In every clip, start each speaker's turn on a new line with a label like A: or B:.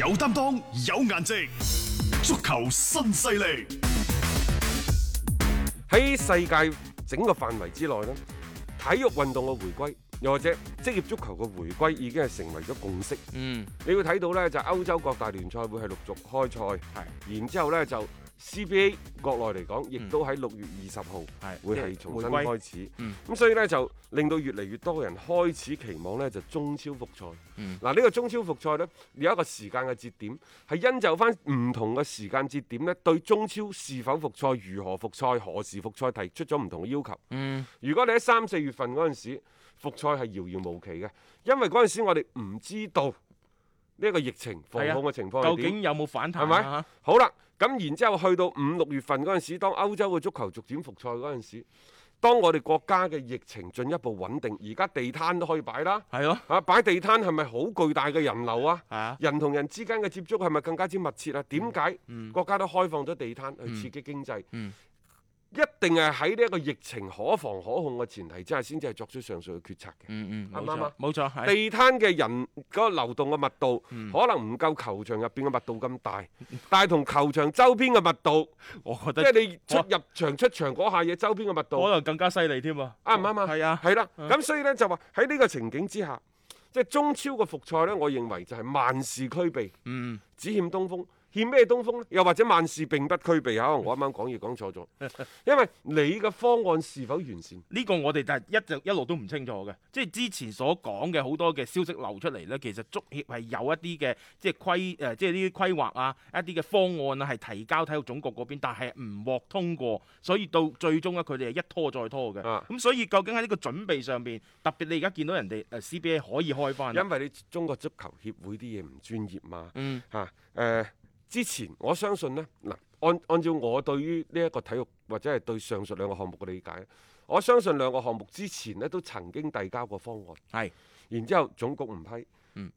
A: 有擔當，有顏值，足球新勢力。
B: 喺世界整個範圍之內呢，體育運動嘅回歸，又或者職業足球嘅回歸，已經係成為咗共識。
C: 嗯，
B: 你會睇到呢，就歐洲各大聯賽會係陸續開賽，然之後呢，就 CBA 國內嚟講，亦都喺六月二十號
C: 嗯係
B: 會係重新開始。咁、
C: 嗯
B: 所以呢，就令到越嚟越多人開始期望呢，就中超復賽。嗱、
C: 嗯
B: 呢個中超復賽呢，有一個時間嘅節點，係因就翻唔同嘅時間節點呢，對中超是否復賽、如何復賽、何時復賽提出咗唔同嘅要求。
C: 嗯，
B: 如果你喺三四月份嗰陣時復賽係遙遙無期嘅，因為嗰陣時我哋唔知道呢個疫情防控嘅情況係
C: 啊究
B: 點
C: 竟有冇反彈
B: 係咪
C: 啊？
B: 好啦，咁然之後去到五六月份嗰陣時，當歐洲嘅足球逐漸復賽嗰陣時，當我哋國家嘅疫情進一步穩定，而家地攤都可以擺啦。
C: 係咯，
B: 啊！擺地攤係咪好巨大嘅人流啊？
C: 係啊
B: 人同人之間嘅接觸係咪更加之密切啊？點解
C: 嗯
B: 國家都開放咗地攤去刺激經濟？
C: 嗯
B: 一定係喺呢一個疫情可防可控嘅前提之下，先至係作出上述嘅決策嘅。
C: 嗯嗯，嗯冇
B: 啱唔啱
C: 錯
B: 啊，
C: 冇錯，係
B: 地攤嘅人嗰個流動嘅密度，可能唔夠球場入邊嘅密度咁大，
C: 嗯
B: 但係同球場周邊嘅密 度，
C: 我覺
B: 即
C: 得
B: 係你出入場出場嗰下嘢周邊嘅密
C: 可
B: 度，
C: 能更加犀利添啊！
B: 啱唔啱啊？
C: 係啊，
B: 係啦，咁所以呢，就話喺呢個情景之下，即係中超嘅復賽呢，我認為就係萬事俱備，
C: 嗯，
B: 只欠東風。欠咩東風呢？又或者萬事並不俱備嚇，可能我啱啱講嘢講錯 咗，因為你嘅方案是否完善？
C: 呢個我哋但係一直一路都唔清楚嘅，即係之前所講嘅好多嘅消息流出嚟呢，其實足協係有一啲嘅即係規誒，即係呢啲規劃啊，一啲嘅方案啊，係提交體育總局嗰邊，但係唔獲通過，所以到最終呢，佢哋係一拖再拖嘅。咁、
B: 啊
C: 所以究竟喺呢個準備上邊，特別你而家見到人哋呃誒 CBA 可以開翻，
B: 因為你中國足球協會啲嘢唔專業嘛。
C: 嗯
B: 嚇、誒、之前我相信呢，嗱，按按照我對於呢一個體育或者係對上述兩個項目嘅理解，我相信兩個項目之前呢都曾經遞交過方案，
C: 係
B: 然之後總局唔批。
C: 嗯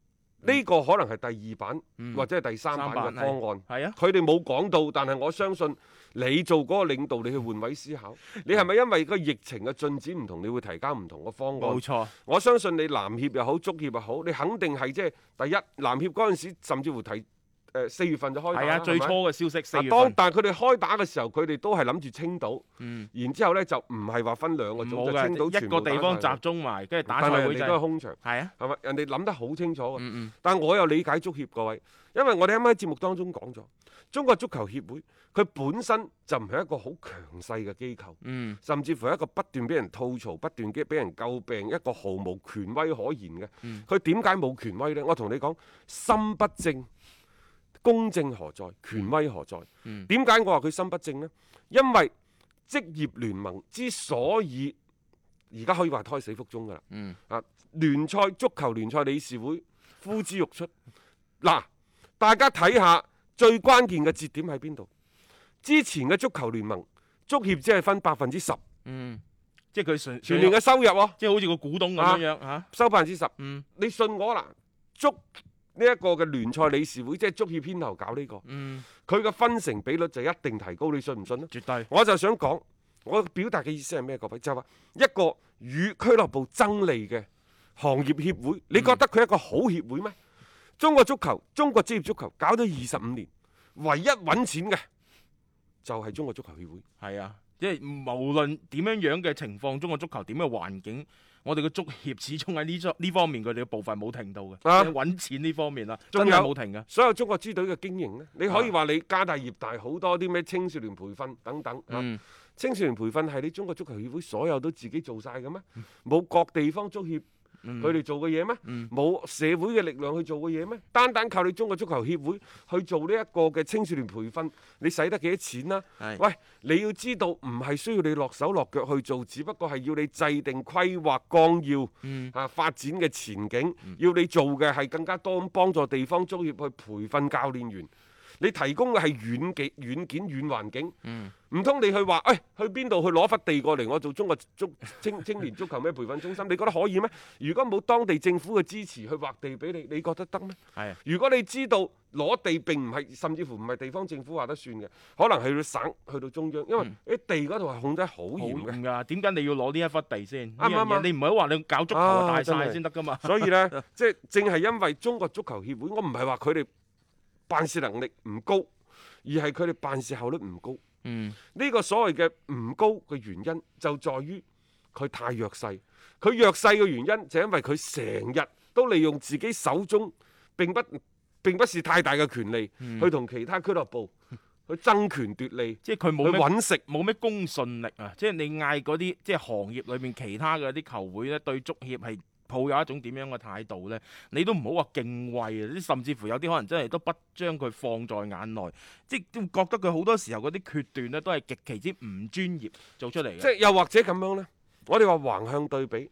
B: 呢個可能係第二版、
C: 嗯
B: 或者係第三版嘅
C: 三版係
B: 方案。
C: 係啊。
B: 佢哋冇講到，但係我相信你做嗰個領導，你去換位思考，你係咪因為個疫情嘅進展唔同，你會提交唔同嘅方案
C: 冇？錯，
B: 我相信你籃協又好，足協又好，你肯定係即係第一籃協嗰陣時，甚至乎提誒四月份就開打
C: 係
B: 啦
C: 啊，最初
B: 係咪
C: 嘅消息四
B: 嗱
C: 月
B: 當
C: 份，
B: 但係佢哋開打嘅時候，佢哋都係諗住青島，
C: 嗯，
B: 然之後呢就唔係話分兩個組，
C: 冇
B: 就青島
C: 嘅，一
B: 全
C: 個
B: 部
C: 地方
B: 打晒
C: 集中埋，跟住打
B: 但係
C: 賽
B: 人
C: 會制，
B: 哋都係空場，
C: 係啊，
B: 係咪？人哋諗得好清楚嘅。
C: 嗯
B: 但我又理解足協各位，因為我哋啱啱喺節目當中講咗，中國足球協會佢本身就唔係一個好強勢嘅機構。
C: 嗯
B: 甚至乎係一個不斷俾人吐槽、不斷嘅俾人詬病、一個毫無權威可言嘅
C: 嗯。
B: 佢點解冇權威呢？我同你講，心不正，公正何在？權威何在
C: 嗯？
B: 點解我話佢心不正呢？因為職業聯盟之所以而家可以話胎死腹中㗎啦，
C: 嗯
B: 啊，聯賽足球聯賽理事會呼之欲出。嗱，大家睇下最關鍵嘅節點喺邊度？之前嘅足球聯盟足協只係分百分之十。
C: 嗯，即係佢純
B: 全年嘅啊收入喎，
C: 即係好似個股東咁樣樣嚇，
B: 收百分之十。
C: 嗯
B: 你信我啦，足呢一個嘅聯賽理事會，即係足協牽頭搞呢、
C: 嗯，
B: 個，佢嘅分成比率就一定提高，你信唔信咧？
C: 絕對，
B: 我就想講，我表達嘅意思係咩？各位就係、話一個與俱樂部爭利嘅行業協
C: 嗯
B: 會，你覺得佢係一個好協會咩？中國足球、中國職業足球搞咗二十五年，唯一揾錢嘅就係中國足球協會。
C: 係啊，即係無論點樣樣嘅情況，中國足球點嘅環境，我哋嘅足協始終喺呢方 呢方面佢哋嘅部分冇停到嘅，
B: 啊
C: 即係揾錢呢方面啦，真
B: 仲
C: 係
B: 有
C: 冇停嘅，
B: 所有中國支隊嘅經營呢，你可以
C: 啊
B: 話你家大業大好多啲咩青少年培訓等等、啊
C: 嗯
B: 青少年培訓係你中國足球協會所有都自己做晒嘅咩？冇各地方足協
C: 嗯
B: 佢哋做嘅嘢咩？
C: 嗯
B: 冇、社會嘅力量去做嘅嘢咩？單單靠你中國足球協會去做呢一個嘅青少年培訓，你使得幾多錢啦、
C: 係
B: 喂，你要知道，唔係需要你落手落腳去做，只不過係要你制定規劃綱要。
C: 嗯
B: 啊發展嘅前景，要你做嘅係更加多咁幫助地方足協去培訓教練員。你提供嘅係軟件、軟件、軟環境，
C: 嗯
B: 唔通你去話，誒、哎去邊度去攞忽地過嚟，我做中國足青青年足球咩培訓中心？你覺得可以咩？如果冇當地政府嘅支持去劃地俾你，你覺得得咩？
C: 係啊
B: 如果你知道攞地並唔係，甚至乎唔係地方政府話得算嘅，可能係到省去到中央，因為啲地嗰度係控制好
C: 好
B: 嚴嘅。
C: 嚴㗎，點解你要攞呢一忽地先？呢
B: 啱唔
C: 樣
B: 啱啊
C: 嘢你唔係話你搞足球
B: 啊
C: 大
B: 真
C: 晒
B: 係
C: 先得㗎嘛？
B: 所以呢，即係正係因為中國足球協會，我唔係話佢哋辦事能力唔高，而係佢哋辦事效率唔高。
C: 嗯，
B: 呢個所謂嘅唔高嘅原因，就在於佢太弱勢。佢弱勢嘅原因就因為佢成日都利用自己手中並不並不是太大嘅權利，
C: 嗯
B: 去同其他俱樂部 去爭權奪利，
C: 即係佢
B: 去
C: 冇咩
B: 揾食。
C: 冇咩公信力啊！即係你嗌嗰啲即係行業裏面其他嘅啲球會咧，對足協係抱有一種點樣嘅態度咧，你都唔好話敬畏啊！甚至乎有啲可能真係都不將佢放在眼內，即係都覺得佢好多時候嗰啲決斷咧都係極其之唔專業做出嚟
B: 即
C: 嘅。
B: 係又或者咁樣呢，我哋話橫向對比，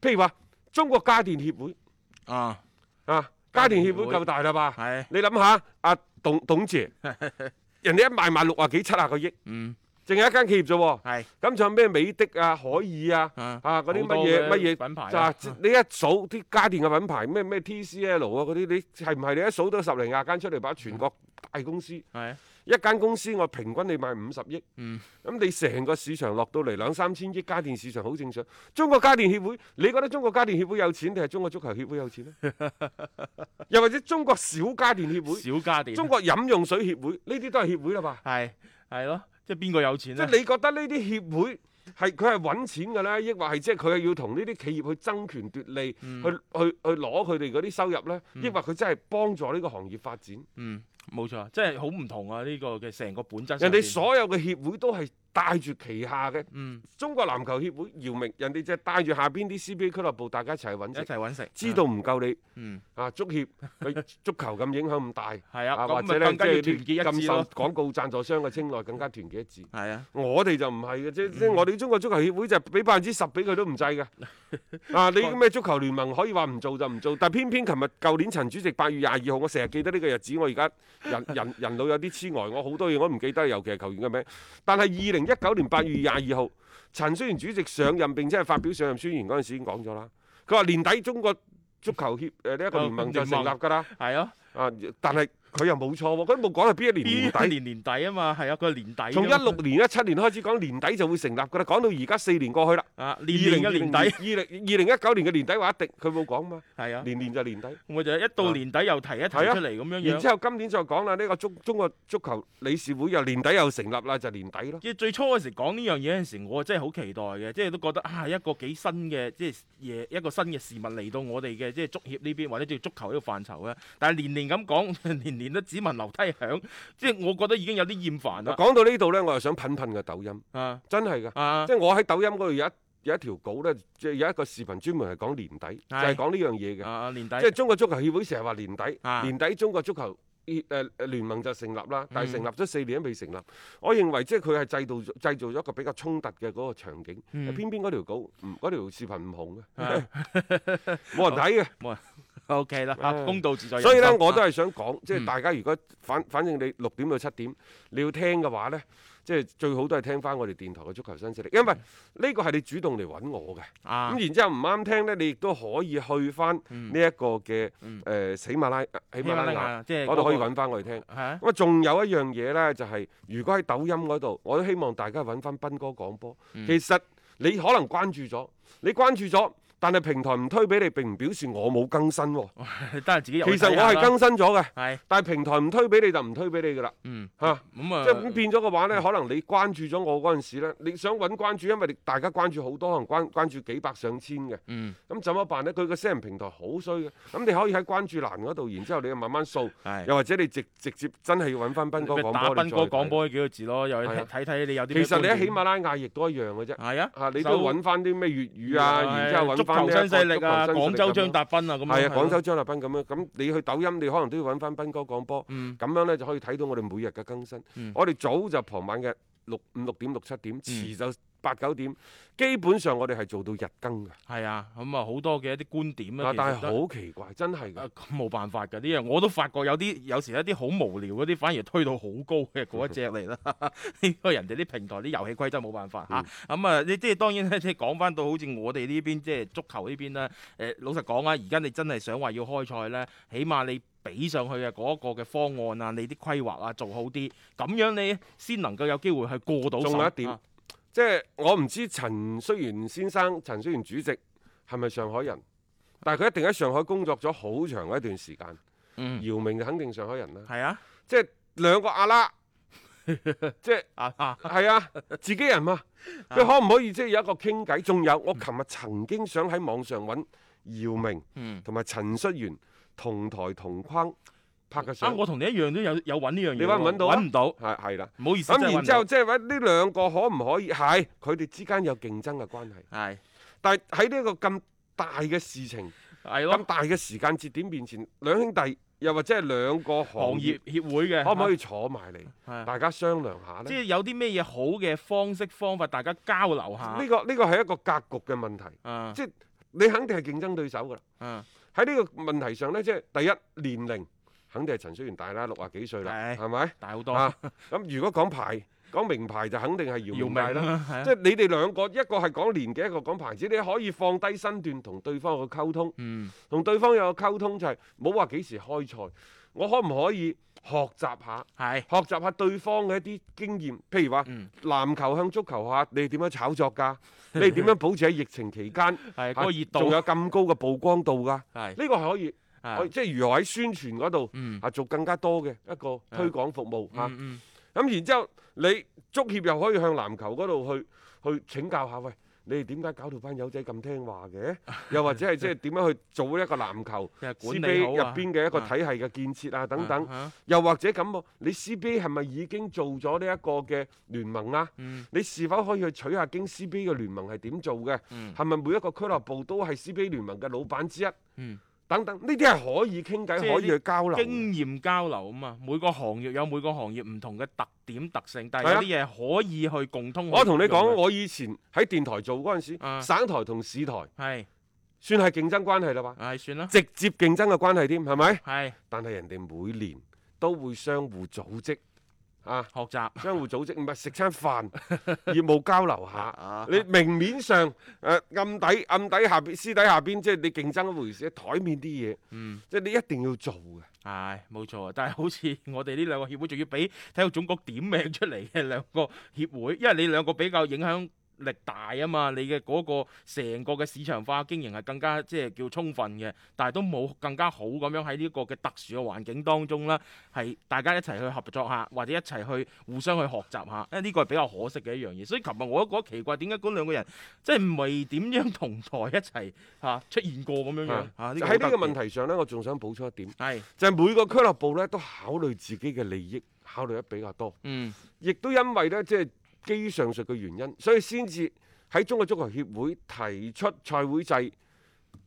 B: 譬如話中國家電協會
C: 啊，
B: 啊，家電協
C: 家電協
B: 會
C: 會
B: 夠大啦吧？
C: 係，
B: 你諗下，阿董董 姐，人哋一賣賣六啊幾七啊個億，
C: 嗯，
B: 淨係一間企業啫喎。
C: 係
B: 咁仲有咩美的啊、海爾啊、
C: 啊
B: 啊嗰啲乜
C: 好多
B: 嘢
C: 嘅
B: 乜嘢
C: 品牌
B: 就
C: 啊
B: 係你一數啲家電嘅品牌，咩咩 TCL 啊嗰啲，你係唔係你一數到十零廿間出嚟，把全國大公司
C: 係
B: 一間公司我平均你賣五十億，咁、
C: 嗯
B: 你成個市場落到嚟兩三千億家電市場好正常。中國家電協會，你覺得中國家電協會有錢定係中國足球協會有錢咧？ 又或者中國小家電協會、
C: 小家電，啊
B: 中國飲用水協會呢啲都係協會啦吧？
C: 係係咯，即係邊個有錢
B: 即
C: 咧？
B: 係你覺得呢啲協會係佢係揾錢㗎咧，抑或係即係佢係要同呢啲企業去爭權奪利，
C: 嗯
B: 去去去攞佢哋嗰啲收入咧？抑或佢真係幫助呢個行業發展？
C: 嗯，冇錯，即係好唔同啊！呢、個嘅成個本質上
B: 人哋
C: 面
B: 所有嘅協會都係帶住旗下嘅
C: 嗯
B: 中國籃球協會，姚明人哋就係帶住下邊啲 CBA 俱樂部，大家一齊去
C: 一啊
B: 揾食。
C: 齊揾食，
B: 知道唔夠你
C: 嗯
B: 啊，足協 佢足球咁影響咁 大，
C: 係啊，
B: 啊
C: 咁
B: 或
C: 咪
B: 者咧
C: 更加要團
B: 即係
C: 結
B: 啲
C: 一
B: 咁
C: 致
B: 受
C: 咯。
B: 廣告贊助商嘅青睞，更加團結一致。
C: 係啊，
B: 我哋就唔係嘅，即即我哋中國足球協會就俾百分之十俾佢都唔制 嘅。啊，你咩足球聯盟可以話唔做就唔做，但偏偏琴日舊年陳主席八月廿二號，我成日記得呢個日子，我而家人 人人腦有啲痴呆，我好多嘢我都唔記得，尤其係球員嘅名。但係二零一九年八月廿二號，陳戌源主席上任並且係發表上任宣言嗰陣時已經講咗啦，佢話年底中國足球協誒呢一個哦聯盟就成立㗎啦。
C: 係啊，
B: 啊，但係佢又冇錯喎，佢都冇講係邊一年年
C: 年
B: 底
C: 底。年年底啊嘛，係啊，佢係年底。
B: 從一六年、一七年開始講年底就會成立㗎啦，講到而家四年過去啦，
C: 啊，年年嘅年底，
B: 二零二零一九年嘅年底話一定，佢冇講嘛，
C: 係啊，
B: 年年就年底。
C: 我就一到年底又提一提出
B: 係啊
C: 嚟咁樣
B: 然
C: 樣。
B: 之後今年再講啦，呢、個中中國足球理事會又年底又成立啦，就年底咯。
C: 即係最初嗰時講呢樣嘢嗰陣時，我真係好期待嘅，即係都覺得啊一個幾新嘅即係嘢一個新嘅事物嚟到我哋嘅即係足協呢邊或者叫足球呢個範疇咧。但係年年咁講， 年年都只聞樓梯響，即係我覺得已經有啲厭煩啦。
B: 講到呢度呢，我又想噴噴個抖音，
C: 啊
B: 真係㗎，
C: 啊
B: 即係我喺抖音嗰度有一有一條稿呢，即係有一個視頻專門係講年底，就係講呢樣嘢嘅。
C: 啊！年
B: 即係
C: 底
B: 中國足球協會成日話年底，
C: 啊
B: 年底中國足球協誒誒聯盟就成立啦，但係
C: 嗯
B: 成立咗四年都未成立。我認為即係佢係製造咗製造咗一個比較衝突嘅嗰個場景，
C: 嗯
B: 偏偏嗰條稿唔嗰條視頻唔紅嘅
C: 啊，
B: 冇人睇嘅。
C: OK 啦，啊
B: 嗯
C: 公道自在人心。
B: 所以呢，我
C: 啊
B: 都係想講，即係
C: 嗯
B: 大家如果反反正你六點到七點你要聽嘅話呢，即係最好都係聽翻我哋電台嘅足球新勢力，因為呢個係你主動嚟揾我嘅。
C: 嗯啊
B: 咁然啊之後唔啱聽呢，你亦都可以去翻呢一個嘅
C: 嗯
B: 誒喜馬拉呃喜馬拉雅。
C: 即係
B: 我哋可以
C: 嗰個
B: 揾翻我哋聽。
C: 係啊
B: 咁啊，仲有一樣嘢呢，就係、如果喺抖音嗰度，我都希望大家揾翻斌哥廣播。
C: 嗯
B: 其實你可能關注咗，你關注咗，但係平台唔推俾你，並唔表示我冇更新喎、
C: 都係自己有
B: 其
C: 去
B: 實
C: 哦睇下
B: 我係
C: 啦
B: 更新咗嘅，
C: 係
B: 但係平台唔推俾你就唔推俾你㗎啦
C: 嗯
B: 嚇。
C: 咁啊，
B: 即係咁變咗嘅話呢，可能你關注咗我嗰陣時咧，你想揾關注，因為你大家關注好多，可能關關注幾百上千嘅，
C: 嗯
B: 咁怎麼辦呢？佢個私人平台好衰嘅，咁你可以喺關注欄嗰度，然之後你就慢慢掃。
C: 係。
B: 又或者你直直接真係要揾翻斌哥
C: 咪
B: 廣播
C: 打斌哥
B: 你再睇
C: 廣。播呢幾個字咯，又去
B: 係
C: 睇
B: 啊
C: 睇睇你有啲咩
B: 其實你
C: 觀
B: 喺喜
C: 點
B: 馬拉雅亦都一樣嘅啫。
C: 係啊，
B: 嚇，你都要揾翻啲咩粵語啊，
C: 係
B: 然之後
C: 足
B: 揾翻
C: 球
B: 呢一個
C: 新勢力啊，
B: 足球新勢力
C: 廣州張
B: 咁樣
C: 達斌啊，咁
B: 係
C: 樣
B: 啊，廣州張立斌咁樣。咁你去抖音，你可能都要揾翻斌哥廣播。
C: 嗯
B: 咁樣呢就可以睇到我哋每日嘅更新
C: 嗯。
B: 我哋早就傍晚嘅六五六點六七點，遲就八九點。基本上我哋係做到日更嘅。
C: 係啊，咁啊好多嘅一啲觀點
B: 啊
C: 咧，
B: 但係
C: 其實都。
B: 好奇怪，真係嘅
C: 啊。咁冇辦法㗎，呢樣我都發覺有啲有時一啲好無聊嗰啲，反而推到好高嘅嗰一隻嚟啦。 呢個人哋啲平台啲遊戲規則冇辦法
B: 嗯
C: 嚇。咁啊，你即係當然咧，即係講翻到好似我哋呢邊即係足球呢邊啦。誒、老實講啊，而家你真係想話要開賽咧，起碼你。俾上去嘅嗰一個嘅方案啊，你啲規劃啊做好啲，咁樣你先能夠有機會去過到審。
B: 仲有一點
C: 啊
B: 即係我唔知陳戌源先生、陳戌源主席係咪上海人，但係佢一定喺上海工作咗好長一段時間。
C: 嗯，
B: 姚明就肯定上海人啦。
C: 係啊，
B: 即係兩個阿 拉，即係
C: 啊啊，
B: 係啊，自己人嘛。佢可唔可以即係有一個傾偈？仲有，我琴日曾經想喺網上揾姚明
C: 嗯，
B: 同埋陳戌源同台同框拍嘅
C: 啊，
B: 相，
C: 我同你一樣都有有揾呢樣嘢喎，
B: 你揾唔揾到啊
C: 揾唔到，
B: 係係啦。
C: 唔好意思，
B: 咁
C: 真係
B: 然
C: 揾唔
B: 之後，
C: 到
B: 即係話呢兩個可唔可以係佢哋之間有競爭嘅關係？
C: 係
B: 但係喺呢個咁大嘅事情、
C: 係
B: 咁
C: 咯，
B: 大嘅時間節點面前，兩兄弟又或者係兩個
C: 行
B: 行
C: 業
B: 業，
C: 協會嘅
B: 可唔可
C: 以
B: 以坐埋嚟，
C: 係
B: 大家商量下
C: 即
B: 呢？
C: 係有啲咩嘢好嘅方式方法，大家交流下。
B: 呢個呢個係一個格局嘅問題，
C: 啊
B: 即係你肯定係競爭對手㗎啦。
C: 啊
B: 喺呢個問題上呢，即係第一年齡肯定係陳戌源大啦，六啊幾歲啦，
C: 係
B: 係咪
C: 大好多。
B: 啊？咁如果講牌講名牌就肯定係姚明
C: 姚明
B: 大啦。
C: 啦，係啊
B: 即係你哋兩個，一個係講年紀，一個講牌子，你可以放低身段同對方有個溝通，
C: 嗯
B: 同對方有個溝通就係冇話幾時開賽，我可唔可以學習下，
C: 係
B: 學習下對方嘅一啲經驗，譬如話
C: 嗯
B: 籃球向足球下，你哋點樣炒作 㗎？你哋點樣保持喺疫情期間
C: 係嗰
B: 啊
C: 個熱
B: 仲
C: 度
B: 有咁高嘅曝光度㗎？
C: 係
B: 呢個係可以，可以
C: 係
B: 即係如何喺宣傳嗰度
C: 嗯
B: 啊做更加多嘅一個推廣服務嚇。
C: 嗯嗯
B: 咁然之後，你足協又可以向籃球嗰度去去請教下，喂，你哋點解搞到班友仔咁聽話嘅？又或者係即係點樣去做一個籃球
C: 即係管
B: CBA
C: 理好
B: 入
C: 啊
B: 邊嘅一個
C: 啊
B: 體系嘅建設啊等
C: 啊
B: 等？
C: 啊
B: 又或者咁喎，你 CBA 係咪已經做咗呢一個嘅聯盟啊？
C: 嗯
B: 你是否可以去取下經 CBA 嘅聯盟係點做嘅？
C: 嗯
B: 係咪每一個俱樂部都係 CBA 聯盟嘅老闆之一？
C: 嗯
B: 等等，呢啲係可以傾偈，
C: 即係
B: 可以去交流嘅。啊
C: 經驗交流啊嘛，每個行業有每個行業唔同嘅特點特性，但
B: 係
C: 係
B: 啊
C: 有啲嘢可以去共通。
B: 我同你講，
C: 我
B: 我以前喺電台做嗰陣時，
C: 啊
B: 省台同市台
C: 係
B: 算係競爭關係啦吧，
C: 係算啦，
B: 直接競爭嘅關係添，係咪？
C: 係
B: 但係人哋每年都會相互組織啊，
C: 學習
B: 相互組織唔係食餐飯，業務交流下。
C: 啊
B: 你明面上誒、呃暗底暗底下邊私底下邊，即係你競爭一回事，台面啲嘢，
C: 嗯
B: 即係你一定要做嘅。
C: 係冇錯啊！但係好似 我哋呢兩個協會，仲要俾體育總局點名出嚟嘅兩個協會，因為你兩個比較影響力大啊嘛，你嘅嗰個成個嘅市場化經營係更加即係叫充分嘅，但係都冇更加好咁樣喺呢個嘅特殊嘅環境當中啦，係大家一齊去合作下，或者一齊去互相去學習下，因為呢個係比較可惜嘅一樣嘢。所以琴日我都覺得奇怪，點解嗰兩個人即係未點樣同台一齊嚇、出現過咁樣樣
B: 啊
C: 嚇？
B: 喺呢個問
C: 題
B: 題上呢，我仲想補充一點，
C: 係
B: 就係、每個俱樂部呢都考慮自己嘅利益，考慮得比較多。
C: 嗯
B: 亦都因為呢，即係基於上述嘅原因，所以先至喺中國足球協會提出賽會制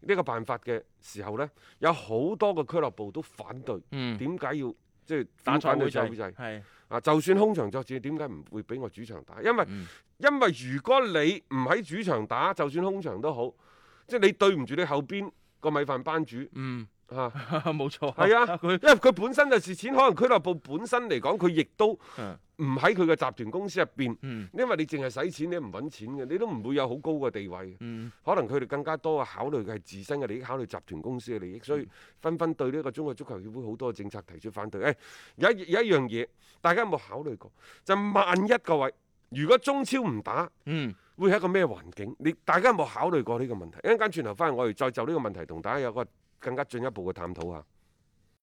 B: 呢個辦法嘅時候呢，有好多個俱樂部都反對。
C: 嗯。
B: 點解要即係
C: 打賽
B: 反對
C: 會制
B: 賽會制
C: 係
B: 啊？就算空場作戰，點解唔會俾我主場打？因為
C: 嗯
B: 因為如果你唔喺主場打，就算空場都好，即係你對唔住你後邊個米飯班主
C: 嗯，
B: 嚇。
C: 冇錯，
B: 係啊
C: 佢
B: 因為佢本身就蝕錢，可能俱樂部本身嚟講，佢亦都唔
C: 嗯
B: 喺佢嘅集團公司入邊。
C: 嗯
B: 因為你淨係使錢，你唔揾錢嘅，你都唔會有好高嘅地位嘅。
C: 嗯
B: 可能佢哋更加多嘅考慮嘅係自身嘅利益，考慮集團公司嘅利益，所以紛紛對呢個中國足球協會好多嘅政策提出反對。誒、有一有一樣嘢，大家有冇考慮過？就萬一各位，如果中超唔打，
C: 嗯，
B: 會係一個咩環境？你大家有冇考慮過呢個問題？一陣間轉頭翻嚟，我哋再就呢個問題同大家有個更加進一步嘅探討下。啊